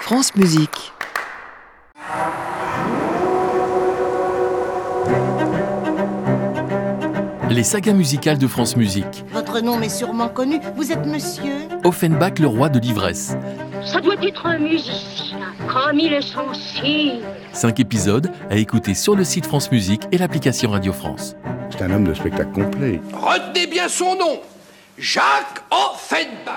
France Musique. Les sagas musicales de France Musique. Votre nom m'est sûrement connu. Vous êtes monsieur Offenbach, le roi de l'ivresse. Ça doit être un musicien, comme il est sensible. Cinq épisodes à écouter sur le site France Musique et l'application Radio France. C'est un homme de spectacle complet. Retenez bien son nom Jacques Offenbach